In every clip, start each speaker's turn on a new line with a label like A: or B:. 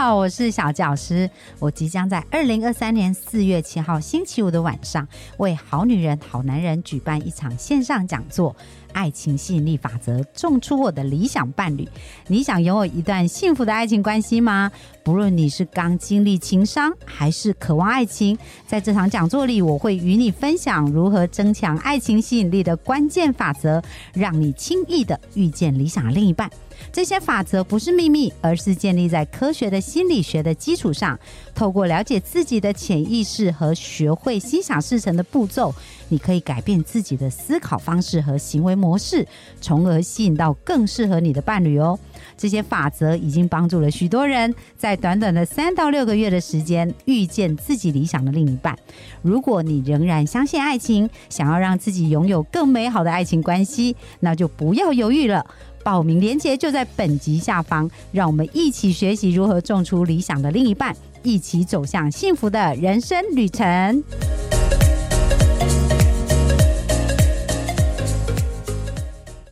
A: 好，我是小纪老师。我即将在二零二三年四月七号星期五的晚上，为好女人、好男人举办一场线上讲座。爱情吸引力法则，种出我的理想伴侣。你想拥有一段幸福的爱情关系吗？不论你是刚经历情伤，还是渴望爱情，在这场讲座里，我会与你分享如何增强爱情吸引力的关键法则，让你轻易的遇见理想的另一半。这些法则不是秘密，而是建立在科学的心理学的基础上。透过了解自己的潜意识和学会心想事成的步骤，你可以改变自己的思考方式和行为模式，从而吸引到更适合你的伴侣哦。这些法则已经帮助了许多人在短短的三到六个月的时间遇见自己理想的另一半。如果你仍然相信爱情，想要让自己拥有更美好的爱情关系，那就不要犹豫了。报名链接就在本集下方，让我们一起学习如何种出理想的另一半，一起走向幸福的人生旅程。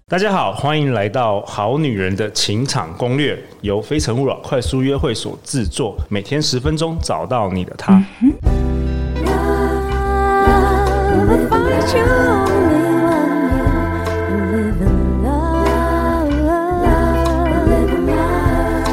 B: 大家好，欢迎来到《好女人的情场攻略》，由非诚勿扰快速约会所制作，每天十分钟，找到你的他。
C: Love, if I truly want you, live in love, live in love.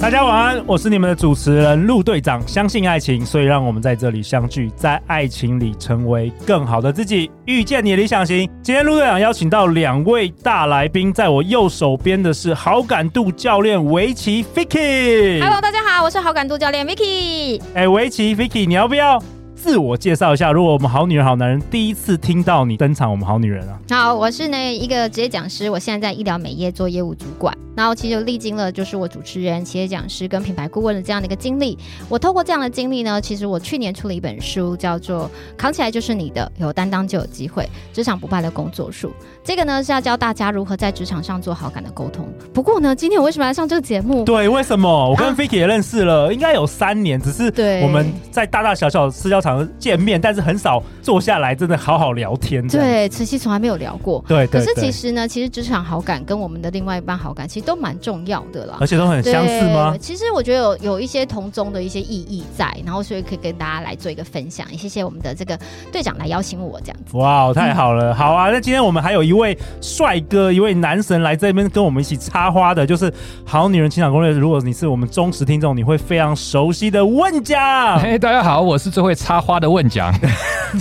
D: 大家晚安，我是你们的主持人陆队长。相信爱情，所以让我们在这里相聚，在爱情里成为更好的自己，遇见你的理想型。今天陆队长邀请到两位大来宾，在我右手边的是好感度教练围棋 Vicky。
E: Hello，大家好，我是好感度教练 Vicky。
D: 哎，围棋 Vicky，你要不要自我介绍一下？如果我们好女人、好男人第一次听到你登场，我们好女人啊，
E: 好，我是那一个职业讲师，我现在在医疗美业做业务主管。然后其实历经了就是我主持人、企业讲师跟品牌顾问的这样的一个经历。我透过这样的经历呢，其实我去年出了一本书，叫做《扛起来就是你的，有担当就有机会，职场不败的工作术》。这个呢是要教大家如何在职场上做好感的沟通。不过呢，今天我为什么来上这个节目？
D: 对，为什么？我跟
E: 啊
D: Vicky 也认识了，应该有三年，只是
E: 对
D: 我们在大大小小的私交场见面，但是很少坐下来真的好好聊天这样。
E: 对，慈禧从来没有聊过。
D: 对
E: 可
D: 对
E: 是
D: 对，
E: 其实呢，其实职场好感跟我们的另外一半好感其实都蛮重要的啦。
D: 而且都很
E: 对，
D: 相似吗？
E: 其实我觉得有有一些同宗的一些意义在，然后所以可以跟大家来做一个分享。也谢谢我们的这个队长来邀请我这样子。
D: 哇，太好了，好啊！那今天我们还有一位帅哥，一位男神来这边跟我们一起插花的，就是《好女人情场攻略》。如果你是我们忠实听众，你会非常熟悉的问 家。
F: 嘿，哎大家好，我是最会插花的 问讲，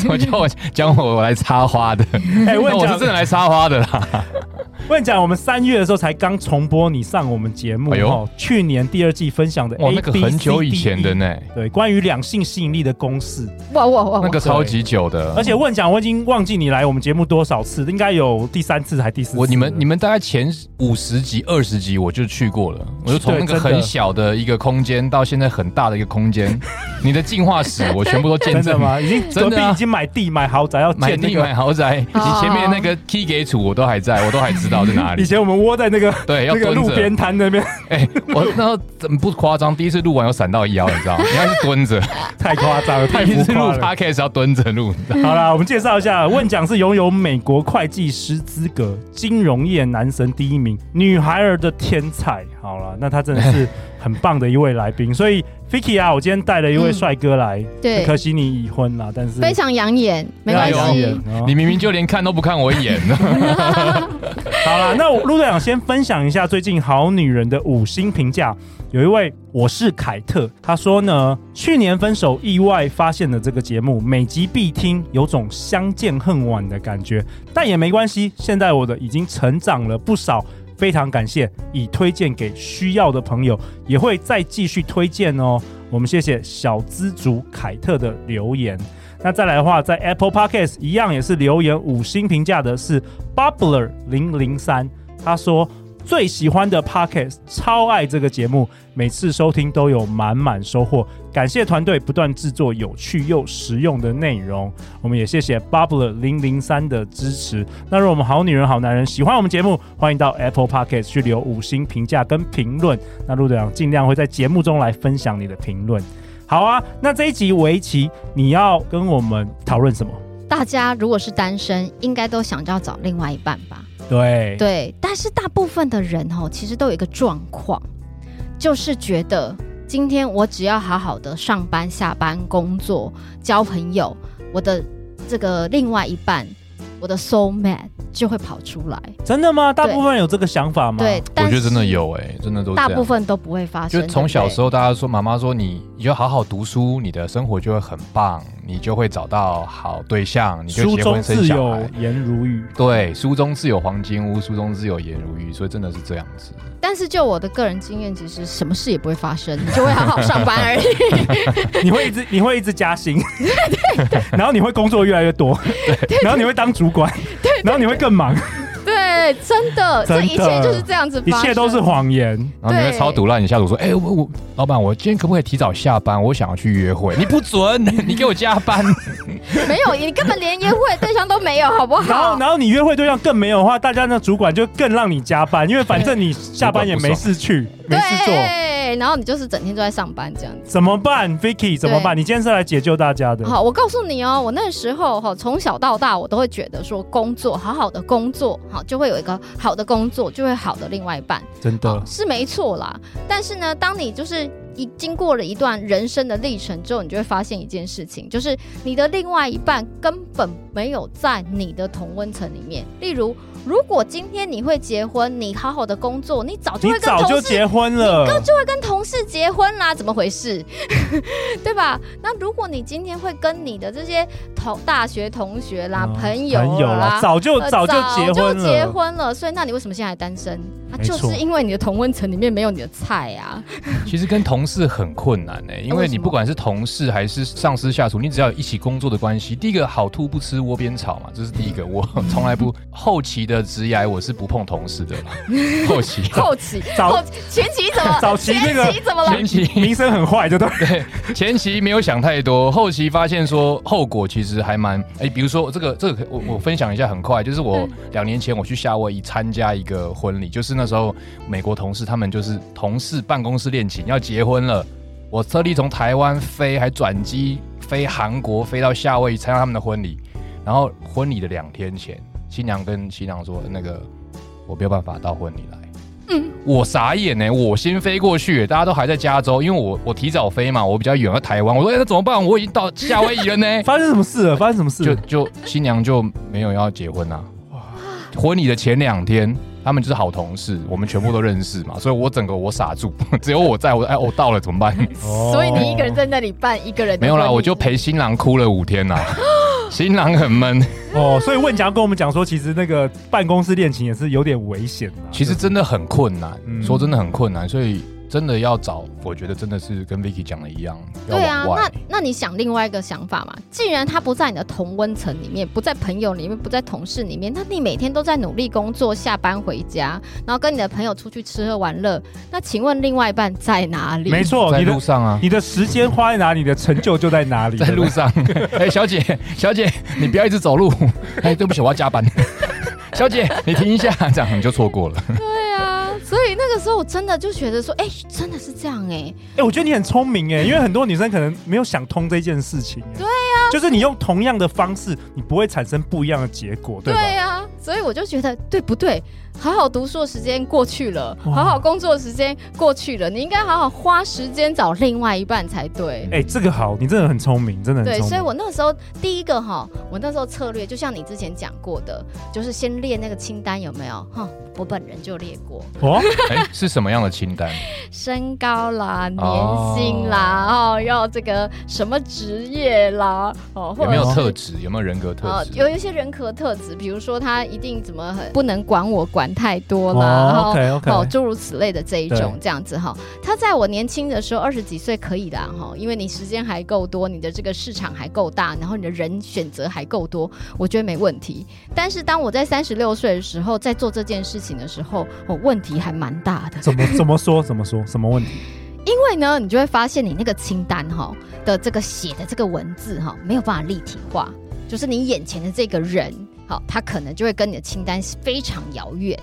F: 我叫我讲我我来插花的，
D: 哎、问
F: 那我是
D: 讲
F: 真的来插花的啦。
D: 问讲，我们三月的时候才刚重播你上我们节目、
F: 哎呦
D: 哦，去年第二季分享的 A,
F: 哇，那个很久以前的
D: B, C, D, E，
F: 呢，嗯
D: 对，关于两性吸引力的公式。
E: 哇哇哇！哇
F: 那个超级久的，
D: 哦而且问讲，我已经忘记你来我们节目多少次，应该有第三次还第四次了。
F: 我你们你们大概前五十集、二十集我就去过了，我就从
D: 对
F: 那个
D: 真的
F: 很小的一个空间到现在很大的一个 空间，你的进化史我全部都见
D: 真的
F: 证。
D: 吗？已 经
F: 真
D: 隔
F: 的
D: 壁
F: 啊
D: 已经买地买豪宅要
F: 买
D: 建那
F: 地
D: 个哦
F: 买，豪宅，你前面那个 T 给处我都还在，我都还知道在哪 里
D: 以。前我们窝在那个
F: 对，要
D: 那个
F: 蹲
D: 路
F: 着。
D: 边摊那边，
F: 哎、我那时候怎么不夸张？第一次录完有闪到腰，你知道吗？你还是蹲着，
D: 太夸 张了，太
F: 第一次
D: 浮
F: 录
D: 夸
F: p
D: 了。
F: o d c a 要蹲着录，你知道吗
D: 好啦，我们介绍一下，问讲是拥有美国会计师资格，金融业男神第一名，女孩儿的天才。好啦，那他真的是很棒的一位来宾，所以 Vicky 啊，我今天带了一位帅哥来，
E: 嗯对，
D: 可惜你已婚啦，但是
E: 非常养眼，没关
F: 哎
E: 系
F: 呦。
D: 哦
F: 你明明就连看都不看我一眼，
D: 好啦，那我陆队长先分享一下最近《好女人》的五星评价。有一位我是凯特，他说呢，去年分手意外发现的这个节目，每集必听，有种相见恨晚的感觉，但也没关系，现在我的已经成长了不少。非常感谢，已推荐给需要的朋友，也会再继续推荐哦。我们谢谢小资族凯特的留言。那再来的话，在 Apple Podcast 一样也是留言五星评价的是 Bubbler 零零三，他说最喜欢的 Podcast，超爱这个节目，每次收听都有满满收获，感谢团队不断制作有趣又实用的内容，我们也谢谢 Bubbler 零零三的支持。那如果我们好女人好男人喜欢我们节目，欢迎到 Apple Podcast 去留五星评价跟评论。那陆队长尽量会在节目中来分享你的评论。好啊，那这一集围棋你要跟我们讨论什么？
E: 大家如果是单身，应该都想着要找另外一半吧？
D: 对，
E: 对，但是大部分的人哦，其实都有一个状况，就是觉得今天我只要好好的上班、下班、工作、交朋友，我的这个另外一半，我的 soul man 就会跑出来。
D: 真的吗？大
E: 对
D: 部分人有这个想法吗？
E: 对，，
F: 我
E: 但
F: 觉得真的
E: 是
F: 有哎、真的都
E: 大
F: 这样
E: 部分都不会发生。
F: 就从小时
E: 候
F: 候，大家说妈妈说你，你就好好读书，你的生活就会很棒，你就会找到好对象，你就
D: 书
F: 结
D: 中
F: 婚生
D: 自
F: 小
D: 有
F: 孩。
D: 颜如玉，
F: 对，书中自有黄金屋，书中自有颜如玉，所以真的是这样子。
E: 但是就我的个人经验，其实什么事也不会发生，你就会好好上班而 已。
D: 你会一直你会一直加薪， 然后你会工作越来越多，然后你会当主管，然后你会更 忙，
E: 对，真的，
D: 真的
E: 这一切就是这样子
D: 一
E: 发生，
D: 切都是谎言。
F: 然后你会
E: 对
F: 超堵烂，你下属说：“哎、我我老板，我今天可不可以提早下班？我想要去约会。”你不准， 你给我加 班。
E: 没有，你根本连约会对象都没有，好不
D: 然
E: 好
D: 后，？然后你约会对象更没有的话，大家那主管就更让你加班，因为反正你下班也没事去，没
E: 对，
D: 事做，
E: 然后你就是整天都在上班这样子。
D: 怎么办？Vicky 怎么办？你今天是来解救大家的，
E: 好，我告诉你哦，我那时候哈，从小到大我都会觉得说，工作好好的工作，好就会有一个好的工作，就会好的另外一半，
D: 真的
E: 好是没错啦。但是呢，当你就是一经过了一段人生的历程之后，你就会发现一件事情，就是你的另外一半根本没有在你的同温层里面。例如，如果今天你会结婚，你好好的工作，你早就
D: 你
E: 会跟
D: 早就
E: 同事
D: 结婚了，
E: 跟同事结婚啦，怎么回事？ 对吧？那如果你今天会跟你的这些同大学同学啦、
D: 嗯
E: 朋友
D: 朋友啦，
E: 啦。
D: 早就
E: 呃
D: 早就结婚
E: 早就结
D: 了。
E: 婚了，所以那你为什么现在还单身？啊，
D: 没错
E: 就是因为你的同温层里面没有你的菜啊。
F: 其实跟同事很困难呢、因
E: 哦为
F: 为
E: 什
F: 你
E: 么
F: 不管是同事还是上司下属，你只要有一起工作的关系，第一个好兔不吃窝边草嘛，这是第一个。
E: 嗯
F: 我从来不后期的职涯，我是不碰同事的 啦。后期啊
E: 后期，
D: 早
E: 后期前期怎 么？
D: 早期那个
E: 前期怎么了
F: 前？期
D: 名声很坏， 对不对？
F: 前期没有想太多，后期发现说后果其实还蛮哎、比如说这个这个我我分享一下很快，就是
E: 嗯
F: 我两年前我去夏威夷参加一个婚礼，就是那时候美国同事他们就是同事办公室恋情要结婚了，我特地从台湾飞还转机飞韩国飞到夏威夷参加他们的婚礼，然后婚礼的两天前，新娘跟新郎说那个我没有办法到婚礼来。我傻眼呢、我先飞过去、大家都还在加州，因为我我提早飞嘛，我比较远，在台湾。我说，哎、那怎么办？我已经到夏威夷了呢。
D: 发生什么事了？发生什么事？
F: 就就新娘就没有要结婚啊。婚礼的前两天，他们就是好同事，我们全部都认识嘛，所以我整个我傻住， 只有我在我哎我到了 怎么办？
E: 所以你一个人在那里办一个人的
F: 哦没有啦，
E: 婚礼
F: 我就陪新郎哭了五天 啦。新郎很闷，
D: 哦，所以问讲跟我们讲说，其实那个办公室恋情也是有点危险啊。
F: 其实真的很困难，
D: 嗯
F: 说真的很困难，所以真的要找，我觉得真的是跟 Vicky 讲的一样，要
E: 对啊
F: 往，外
E: 那。那你想另外一个想法嘛？既然他不在你的同温层里面，不在朋友里面，不在同事里面，那你每天都在努力工作、下班回家，然后跟你的朋友出去吃喝玩乐，那请问另外一半在哪里？
D: 没，错，
F: 在
D: 哦你的
F: 路上啊，
D: 你的时间花在哪里，你的成就就在哪里。
F: 在 路上。哎、小姐，小姐，你不要一直走路。哎、对不起，我要加 班。小姐，你停一下，这样你就错过了。
E: 对啊，所以那个时候我真的就觉得说，哎、真的是这样哎、
D: 哎、我觉得你很聪明哎，因为很多女生可能没有想通这件事情。对
E: 啊
D: 呀、就是你用同样的方式，你不会产生不一样的结果，对吧？
E: 对啊，所以我就觉得对不对？好好读书的时间过去了，
D: 哇
E: 好好工作的时间过去了，你应该好好花时间找另外一半才对。
D: 哎、这个好，你真的很聪明，真的很
E: 对，
D: 聪明。
E: 所以我那时候第一个哈，我那时候策略就像你之前讲过的，就是先列那个清单有没有？哈，我本人就列过，
D: 哦，
F: 哎、是什么样的清单？
E: 身高啦、年
F: 哦
E: 薪啦，哦，要这个什么职业啦，哦，或者
F: 有没有
E: 是
F: 特质？有没有人格特
E: 呃，
F: 质？
E: 有一些人格特质，比如说他一定怎么很不能管我，管太多啦，然
D: 哦
E: 后
D: ，OK OK，
E: 哦，诸如此类的这一种
D: 对
E: 这样子哈。他在我年轻的时候，二十几岁可以啦哈，因为你时间还够多，你的这个市场还够大，然后你的人选择还够多，我觉得没问题。但是当我在三十六岁的时候，在做这件事情的时候，我、哦、问题还蛮大的，
D: 怎么怎么说怎么说什么问题？
E: 因为呢，你就会发现你那个清单哈的这个写的这个文字哈没有办法立体化，就是你眼前的这个人，好，他可能就会跟你的清单非常遥远。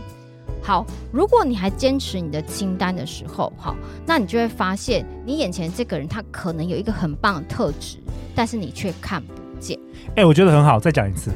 E: 好，如果你还坚持你的清单的时候，好，那你就会发现你眼前这个人他可能有一个很棒的特质，但是你却看不见。
D: 哎、我觉得很好，再讲一次。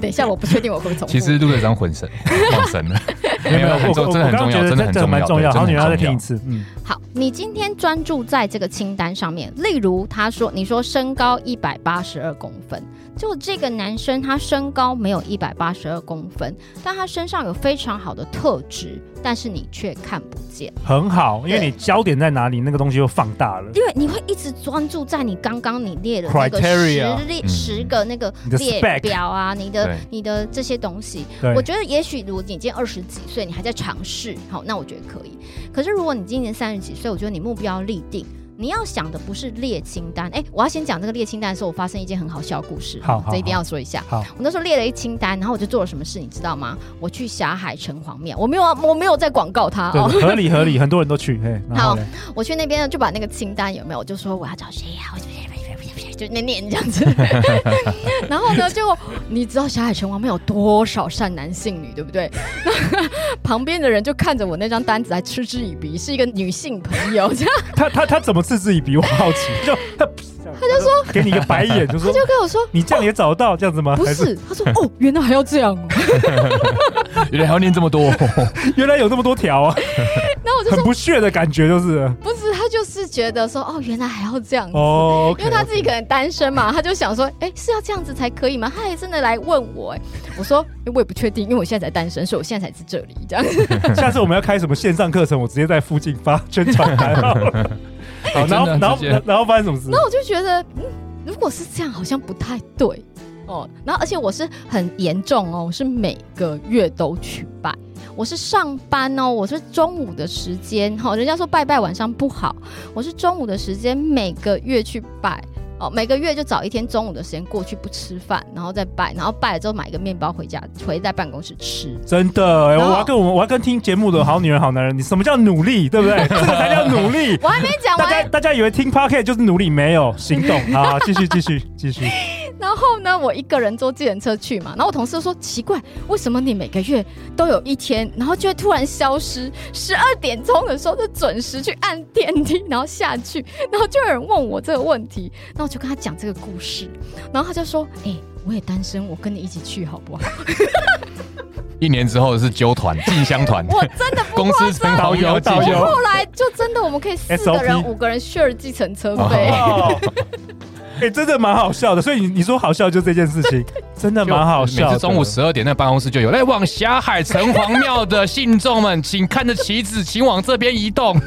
E: 等一下，我不确定我会不会重复。
F: 其实陆队长混神，晃神了，没有，很重，
D: 我
F: 真的
D: 我
F: 很
D: 刚刚
F: 重
D: 觉
F: 要，
D: 得
F: 真的
D: 这
F: 很
D: 这
F: 重
D: 蛮
F: 要，
D: 重要。
F: 对
D: 好，
F: 真
D: 女
F: 的
D: 人再
F: 很重
D: 听
F: 要
D: 一。次，嗯，
E: 好，你今天专注在这个清单上面，例如他说你说身高一百八十二公分，就这个男生他身高没有一百八十二公分，但他身上有非常好的特质，但是你却看不见，
D: 很好，因为
E: 对
D: 你焦点在哪里，那个东西又放大了。
E: 因为你会一直专注在你刚刚你列的那个
D: Criteria，
E: 十列
F: 嗯
E: 十个那个
D: 你的
E: 列
D: spec
E: 表啊，你的
F: 对
E: 你的这些东西，
D: 对
E: 我，觉得也许如果你今天二十几岁，你还在尝试，好，那我觉得可以。可是如果你今年三十几岁，我觉得你目标立定，你要想的不是列清单。哎、我要先讲这个列清单的时候，我发生一件很好笑的故事，
D: 好好
E: 这一定要说一下。
D: 好
E: 我那时候列了一清单，然后我就做了什么事，你知道吗？我去霞海城隍庙，我没有啊，我没有在广告它
D: 对，
E: 哦，
D: 合理合理，很多人都去。嘿，然后呢？
E: 我去那边呢就把那个清单有没有，我就说我要找谁呀、我就就念念这样 子，然后呢，就你知道霞海城隍庙有多少善男信女，对不对？ 旁边的人就看着我那张单子，还嗤之以鼻，是一个女性朋友，这样
D: 他他他怎么嗤之以鼻？我好奇，就他他就说给你一个白眼，就说
E: 他就跟我说
D: 你这样也找得到这样子吗？
E: 不
D: 还
E: 是，他说哦，原来还要这样哦，
F: 原来还要念这么多，
D: 原来有这么多条 啊，
E: 然后我就
D: 很
E: 说
D: 不屑的感觉就是
E: 不是，他就是觉得说哦，原来还要这样子。
D: 哦，OK，
E: 因为他自己可能单 身嘛，他就想说，哎、是要这样子才可以吗？他还真的来问我、哎，我说、诶我也不确定，因为我现在才单身，所以我现在才是这里这样。
D: 下次我们要开什么线上课程，我直接在附近发宣传 单好了。好，
F: 哎真
D: 然后
F: 的
D: 然后
F: 直接
D: 然后发生什么事？
E: 那我就觉得，嗯，如果是这样，好像不太对哦。然后，而且我是很严重哦，我是每个月都去拜，我是上班哦，我是中午的时间哈、哦，人家说拜拜晚上不好，我是中午的时间每个月去拜。哦，每个月就找一天中午的时间过去不吃饭，然后再拜，然后拜了之后买个面包回家，回在办公室吃。
D: 真的、哎
E: 然
D: 我
E: 后
D: 要跟我们，我要跟听节目的好女人、好男人，你什么叫努力，对不对？这个才叫努力。
E: 我还没讲
D: 大
E: 完
D: 家，大家以为听 p o c k e t 就是努力，没有行动。好，好继续继续继续。
E: 然后呢，我一个人坐计程车去嘛，然后我同事说奇怪，为什么你每个月都有一天，然后就会突然消失？十二点钟的时候就准时去按电梯，然后下去，然后就有人问我这个问题，然后我就跟他讲这个故事，然后他就说，哎、我也单身，我跟你一起去好 不好？，
F: 一年之后是纠团、进香团
E: 我真的不
F: 公司承包
D: 导游
F: 邮寄
D: 导
E: 我
D: 游
E: 后来就真的我们可以四个人、
D: SOP
E: 五个人 share 计程车费。
D: 哦，哎、真的蛮好笑的。所以你你说好笑就这件事 情，真的蛮好笑的。
F: 每次中午十二点，那办公室就有来往霞海城隍庙的信众们，请看着旗子，请往这边移动，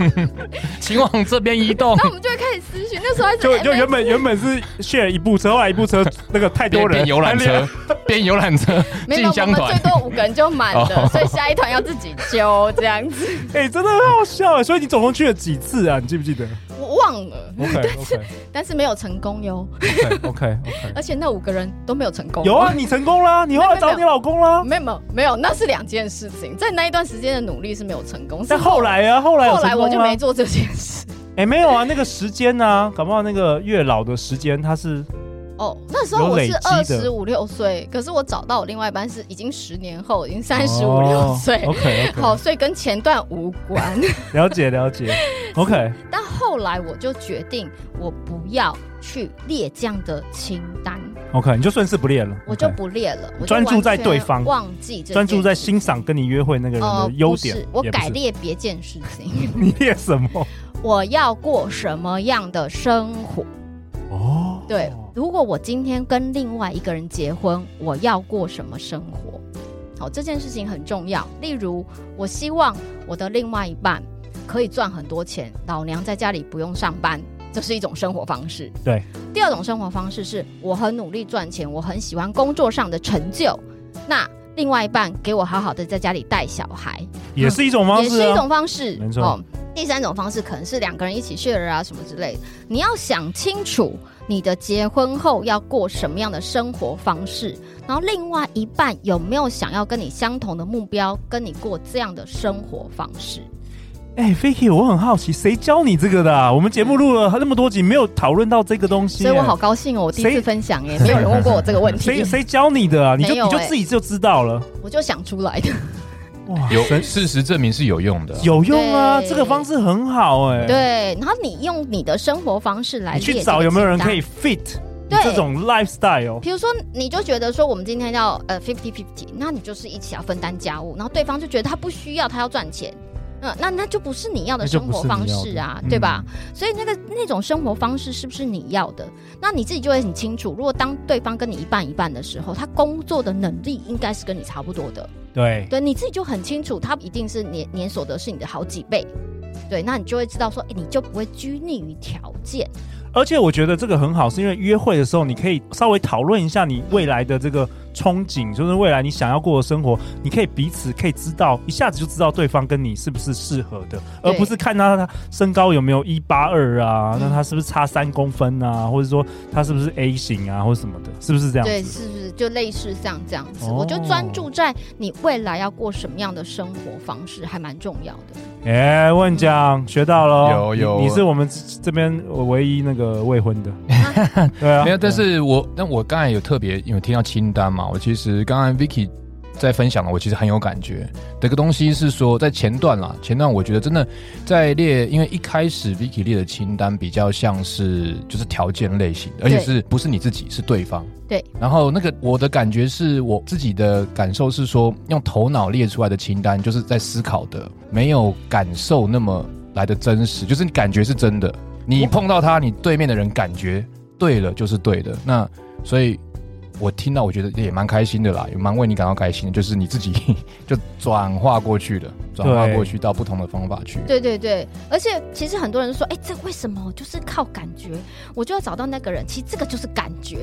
F: 请往这边移动
E: 然。后我们就会开始私讯，那时候还是 哎
D: 就就
E: MS
D: 原本原本是 share 一部车，后来一部车那个太多人，
F: 边边游览
D: 还连
F: 车，边游览车
E: 没有，
F: 进
E: 我
F: 香
E: 们
F: 团
E: 最。多五个人就满 了，
F: 哦
E: 所以下一团要自己揪这样子。
D: 哎、真的很好笑。所以你总共去了几次啊？你记不记得
E: 我忘了，
D: ？OK OK
E: 但是没有成功哟，
D: OK OK OK。
E: 而且那五个人都没有成功。
D: 有啊，，你成功啦！你后来找你老公啦。
E: 没有没有没有，那是两件事情，在那一段时间的努力是没有成功。
D: 但
E: 是
D: 后来啊，后来有
E: 后来
D: 成
E: 我
D: 功
E: 就
D: 啦
E: 没做这件事。
D: 哎、没有啊，那个时间呢、啊，搞不好那个月老的时间它是
E: 哦，那时候我是
D: 有
E: 二
D: 累积的
E: 十五六岁，可是我找到我另外一半是已经十年后，已经三十五六岁。
D: 哦 OK
E: 好，
D: OK，
E: 所以跟前段无关。
D: 了解了解，OK
E: 但后来我就决定，我不要去列这样的清单，
D: OK，你就顺势不练了，
E: 我就
D: OK
E: 不列了，我就
D: 专注在对方
E: 完全忘记这件
D: 专注在
E: 事
D: 欣赏跟你约会那个人的优点。
E: 呃不是我
D: 也不
E: 改
D: 是，
E: 列别件事情，
D: 你列什么？
E: 我要过什么样的生活？
D: 哦，
E: 对，如果我今天跟另外一个人结婚，我要过什么生活？好，这件事情很重要。例如，我希望我的另外一半可以赚很多钱，老娘在家里不用上班，这是一种生活方式。
D: 对。
E: 第二种生活方式是我很努力赚钱，我很喜欢工作上的成就，那另外一半给我好好的在家里带小孩，
D: 也是一种方
E: 也
D: 式
E: 是一
D: 啊。
E: 种方式，哦
D: 没错
E: 第三种方式可能是两个人一起 share 啊什么之类的。你要想清楚你的结婚后要过什么样的生活方式，然后另外一半有没有想要跟你相同的目标，跟你过这样的生活方式。
D: 哎、v i c k y 我很好奇，谁教你这个的、啊？我们节目录了那么多集，没有讨论到这个东西、
E: 所以我好。高兴哦，我第一
D: 谁
E: 次分享耶，没有人问过我这个问
D: 谁
E: 题，
D: 谁教你的啊？你就、
E: 没有
D: 你就
E: 欸
D: 自己就知道了。
E: 我就想出来的。
D: 哇，
F: 有事实证明是有用的，
D: 有用啊！
E: 对
D: 这个方式很好哎、，
E: 对，然后你用你的生活方式来
D: 你
E: 列
D: 去
E: 这
D: 找
E: 个
D: 有没有人
E: 清单
D: 可以 fit
E: 对
D: 这种 lifestyle，
E: 比如说，你就觉得说我们今天要呃 fifty fifty，那你就是一起要分担家务，然后对方就觉得他不需要，他要赚钱，嗯、那那就不是你要的
D: 那就
E: 生
D: 不
E: 活
D: 是你
E: 方
D: 要
E: 式
D: 的
E: 啊，
D: 嗯
E: 对吧？所以那个那种生活方式是不是你要的？那你自己就会很清楚，如果当对方跟你一半一半的时候，他工作的能力应该是跟你差不多的，
D: 对，
E: 对，你自己就很清楚，他一定是年年所得是你的好几倍，对，那你就会知道说，哎、你就不会拘泥于条件，
D: 而且我觉得这个很好，是因为约会的时候你可以稍微讨论一下你未来的这个憧憬，就是未来你想要过的生活，你可以彼此可以知道一下子就知道对方跟你是不是适合的，而
E: 对
D: 不是看他他身高有没有一八二啊，那他是不是差三公分啊，或者说他是不是 A 型啊，或者什么的，是不是这样
E: 对，
D: 子？
E: 是不是就类似像这样子？
D: 哦
E: 我就专注在你未来要过什么样的生活方式，还蛮重要的。
D: 哎、问讲学到了，哦
F: 有有
D: 你，你是我们这这边唯一那个未婚 的，对啊，
F: 没有，但是我但我刚才有特别有听到清单嘛，我其实刚刚 Vicky 在分享了，我其实很有感觉。这个东西是说在前段啦，前段我觉得真的在列，因为一开始 Vicky 列的清单比较像是就是条件类型的，而且是不是你自己是对方。
E: 对。
F: 然后那个我的感觉是我自己的感受是说，用头脑列出来的清单就是在思考的，没有感受那么来的真实，就是你感觉是真的。你碰到他，你对面的人感觉对了就是对的。那所以，我听到我觉得也蛮开心的啦，也蛮为你感到开心的，就是你自己 就转化过去的，转化过去到不同的方法去。
E: 对对对，而且其实很多人说，哎、这为什么就是靠感觉，我就要找到那个人？其实这个就是感觉，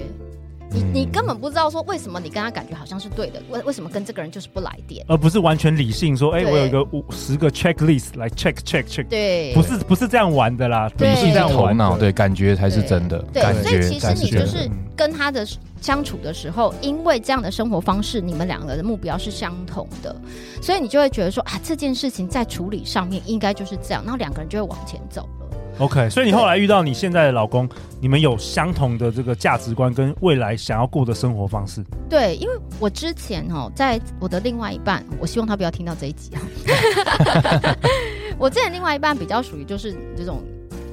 E: 你、
F: 嗯
E: 你根本不知道说为什么你跟他感觉好像是对的，为为什么跟这个人就是不来电？
D: 而不是完全理性说，哎、
E: 对
D: 我有一个五十个 checklist 来 check check check，
E: 对，
D: 不是不是这样玩的啦，不是
E: 对理性
D: 这样
F: 头
D: 玩的
F: 脑对感觉才是真的，
E: 对
F: 感，
E: 所以
F: 觉
E: 其实
F: 才
E: 你
F: 真
E: 就
F: 的
E: 是跟他的相处的时候，因为这样的生活方式，你们两个的目标是相同的，所以你就会觉得说啊，这件事情在处理上面应该就是这样，然后两个人就会往前走了。
D: OK，所以你后来遇到你现在的老公，你们有相同的这个价值观跟未来想要过的生活方式。
E: 对，因为我之前哦，在我的另外一半，我希望他不要听到这一集啊。我之前另外一半比较属于就是这种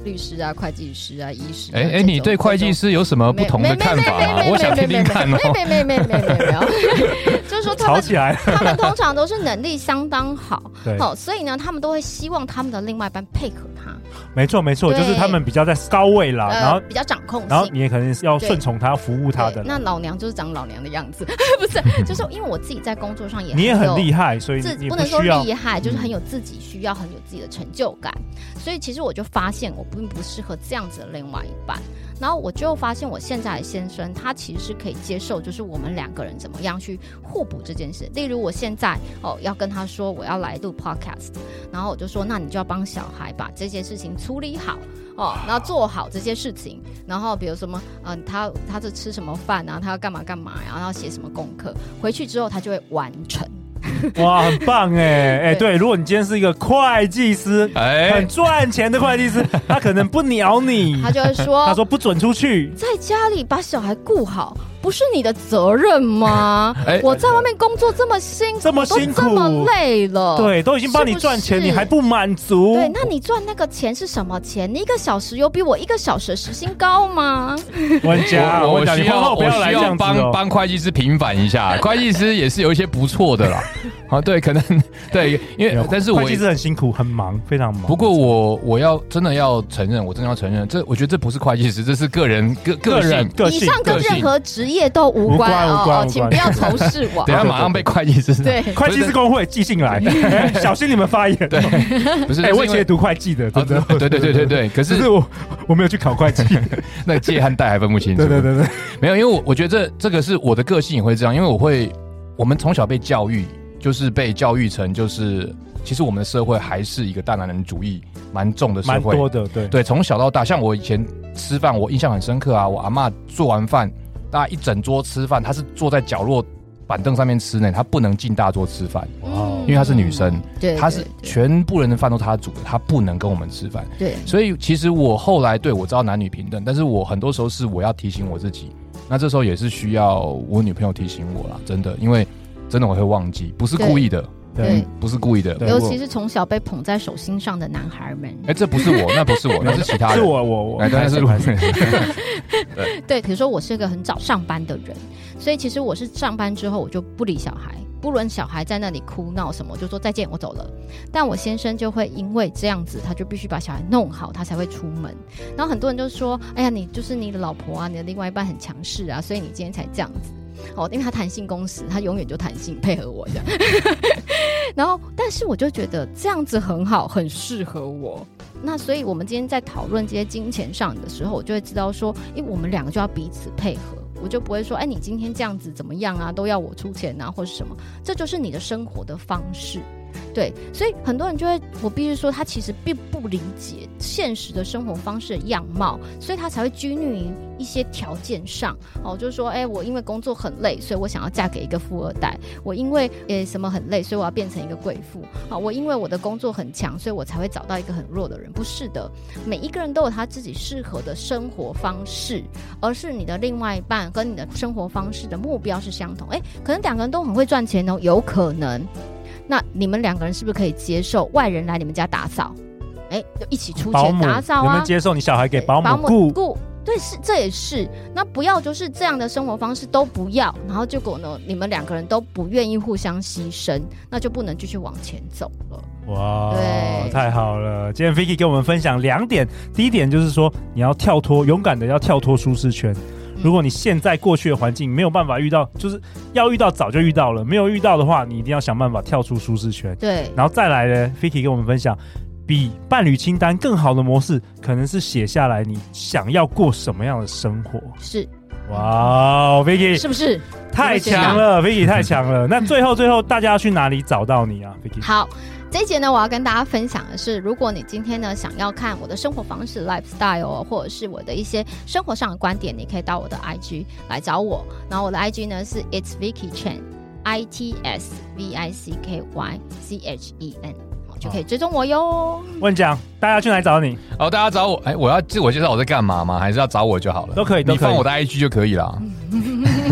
E: 律师啊、会计师啊、医师啊。
F: 哎
E: 这
F: 哎，
E: 种
F: 你对会计。师有什么不同的看法吗？我想听听看哦。
E: 没没没没没没，就是说他
D: 吵
E: 们
D: 起 来了，
E: 他们通常都是能力相当好，
D: 对，
E: 哦，所以呢，他们都会希望他们的另外一半配合他，
D: 没错没错，
E: 对呃
D: 就是他们比较在高位啦，然后
E: 比较掌控
D: 然后
E: 性。
D: 你也可能是要顺从他、服务他
E: 对
D: 的啦，
E: 那老娘就是长老娘的样子， 不 是，就是因为我自己在工作上也
D: 你也很
E: 有
D: 厉害，所以
E: 自
D: 你
E: 不
D: 不
E: 能说
D: 需要嗯
E: 厉害，就是很有自己需要，很有自己的成就感。所以其实我就发现我并不适合这样子的另外一半。然后我就发现我现在的先生，他其实是可以接受，就是我们两个人怎么样去互补这件事。例如我现在哦要跟他说我要来录 podcast，然后我就说那你就要帮小孩把这些事情处理好哦，然后做好这些事情。然后比如什么，嗯、他他是吃什么饭啊，他要干嘛干嘛呀、然后要写什么功课，回去之后他就会完成。
D: 哇，很棒 哎哎，对，如果你今天是一个会计师，
F: 哎
D: 很，赚钱的会计 师，他可能不鸟你，
E: 他就会说：“
D: 嗯 他说不准出去，
E: 在家里把小孩顾好，不是你的责任 吗？
F: 哎
E: 我在外面工作这么辛苦，
D: 这么辛苦
E: 都这么累了，
D: 对，都已经帮你
E: 是不
D: 赚钱，
E: 哦是
D: 你还不满足，
E: 对，那你赚那个钱是什么钱？你一个小时有比我一个小时的时薪高吗？
D: 文佳，
F: 我
D: 文
F: 啊我
D: 佳，
F: 需
D: 你婚
F: 要
D: 后不
F: 我
D: 要来
F: 需
D: 这
F: 要
D: 样子
F: 帮
D: 哦。
F: 帮会计师平反一下，会计师也是有一些不错的啦。 啊，对，可能对，因为但是我
D: 会计师很辛苦，很忙，非常忙。
F: 不过我我要真的要承认，我真的要承认，这我觉得这不是会计师，这是个人个
D: 个
F: 个
D: 人
F: 性。
D: 个
E: 以
D: 性，
E: 上跟
F: 个性
E: 任何职业都无
D: 无
E: 关
D: 关无关
E: 哦哦，
D: 无
E: 请
D: 关
E: 不要仇视 我。
F: 等一下马上被会计师
E: 对，
D: 啊会计师工会寄信 来，哎 小心你们发言。对，
F: 不是
D: 哎，我以前也
F: 得
D: 读会计的，真的。
F: 哦对对对对对，可
D: 只
F: 是
D: 是我我没有去考会 计。
F: 那个借和贷还分不清楚。
D: 对对对对，
F: 没有，因为我我觉得这这个是我的个性也会这样，因为我会，我们从小被教育，就是被教育成就是，其实我们的社会还是一个大男人主义蛮重的社
D: 蛮
F: 会，
D: 多的，对。
F: 对，从小到大，像我以前吃饭，我印象很深刻啊。我阿嬷做完饭，大家一整桌吃饭，她是坐在角落板凳上面吃呢，她不能进大桌吃饭，
D: 哇哦
F: 因为她是女生，
E: 嗯对，
F: 她是
E: 对
F: 全部人的饭都是她煮的，她不能跟我们吃饭。
E: 对
F: 所以其实我后来对我知道男女平等，但是我很多时候是我要提醒我自己，那这时候也是需要我女朋友提醒我啦，真的，因为真的我会忘记，不是故意的，嗯
E: 对，
F: 不是故意的。
D: 对
E: 尤
F: 我
E: 其是从小被捧在手心上的男孩们。
F: 哎，这不是我，那不是我，那是其他人。
D: 是我我我，
F: 哎，当然是
D: 不好意思
F: 我。
E: 对，比如说我是个很早上班的人，所以其实我是上班之后我就不理小孩，不论小孩在那里哭闹什么，我就说再见，我走了。但我先生就会因为这样子，他就必须把小孩弄好，他才会出门。然后很多人就说：“哎呀，你就是你的老婆啊，你的另外一半很强势啊，所以你今天才这样子。”哦，因为他弹性工时，他永远就弹性配合我这样。 然后，但是我就觉得这样子很好，很适合我。那所以，我们今天在讨论这些金钱上的时候，我就会知道说，因为我们两个就要彼此配合，我就不会说，哎，你今天这样子怎么样啊，都要我出钱啊，或是什么，这就是你的生活的方式。对，所以很多人就会，我必须说，他其实并不理解现实的生活方式的样貌，所以他才会拘泥于一些条件上。哦，就是说，哎，我因为工作很累，所以我想要嫁给一个富二代；我因为呃什么很累，所以我要变成一个贵妇。啊、我因为我的工作很强，所以我才会找到一个很弱的人。不是的，每一个人都有他自己适合的生活方式，而是你的另外一半跟你的生活方式的目标是相同。哎，可能两个人都很会赚钱哦，有可能。那你们两个人是不是可以接受外人来你们家打扫？哎，就一起出
D: 保
E: 钱
D: 姆
E: 打扫
D: 有没
E: 啊
D: 有？接受你小孩给保姆
E: 雇
D: 雇？
E: 对，是这也是。那不要就是这样的生活方式都不要，然后结果呢，你们两个人都不愿意互相牺牲，那就不能继续往前走了。
D: 哇
E: 对，
D: 太好了！今天 Vicky 给我们分享两点，第一点就是说你要跳脱，勇敢的要跳脱舒适圈。如果你现在过去的环境没有办法遇到，就是要遇到早就遇到了，没有遇到的话，你一定要想办法跳出舒适圈。
E: 对，
D: 然后再来呢，Vicky 跟我们分享，比伴侣清单更好的模式，可能是写下来你想要过什么样的生活。
E: 是
D: 哇哦，Vicky
E: 是不是？
D: 太强了，Vicky 太强了。那最后最后，大家要去哪里找到你啊，Vicky？
E: 好，这一节呢，我要跟大家分享的是，如果你今天呢想要看我的生活方式 lifestyle，哦或者是我的一些生活上的观点，你可以到我的 IG 来找我。然后我的 IG 呢是 It's Vicky Chen。I T S V I C K Y C H E N，好就可以追踪我哟。
D: 问讲，大家去哪里找你？
F: 好，大家找我，哎，我要自我介绍我在干嘛吗？还是要找我就好了？
D: 都可以都可以
F: 你放我的 IG 就可 以啦。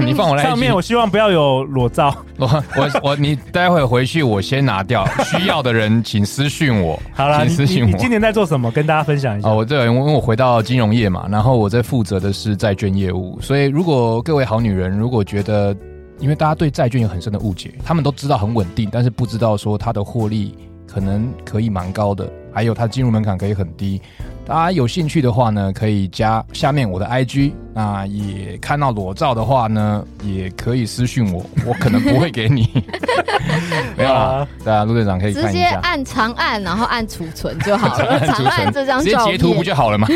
F: 你放我的 IG，
D: 上面我希望不要有裸 照。
F: 我我我，你待会回去我先 拿掉，需要的人请私讯我。
D: 好啦，你
F: 请私
D: 你
F: 信
D: 你
F: 我
D: 今年在做什么？跟大家分享一下
F: 哦，。我这因为我回到金融业嘛，然后我在负责的是债券业务，所以如果各位好女人如果觉得，因为大家对债券有很深的误解，他们都知道很稳定，但是不知道说它的获利可能可以蛮高的，还有它进入门槛可以很低。大家有兴趣的话呢，可以加下面我的 IG，那也看到裸照的话呢，也可以私讯我，我可能不会给你。 没有啦，对啊，陆队长可以
E: 直
F: 看一
E: 接
F: 下，
E: 按长按，然后按储存就好 了。长按这张
F: 直接
E: 照
F: 截
E: 片，
F: 图不就好了 吗？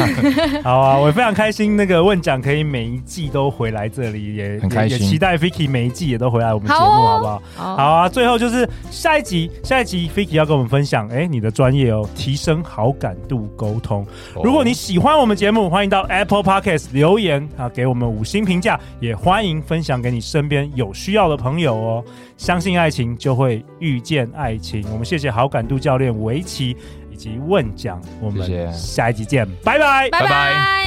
D: 好啊，我非常开心。那个问奖可以每一季都回来这里，也
F: 很开心
D: 也也期待 Vicky 每一季也都回来我们节目，
E: 好哦
D: 好不好？
E: 好
D: 好啊，最后就是下一集，下一集 Vicky 要跟我们分享，哎、你的专业哦，提升好感度沟通。
F: 哦
D: 如果你喜欢我们节目，欢迎到 Apple Podcast 留言啊，给我们五星评价，也欢迎分享给你身边有需要的朋友哦。相信爱情，就会遇见爱情。我们谢谢好感度教练围棋以及问讲，我
F: 谢谢
D: 们下一集见，拜拜。
E: 拜
F: 拜
E: 拜。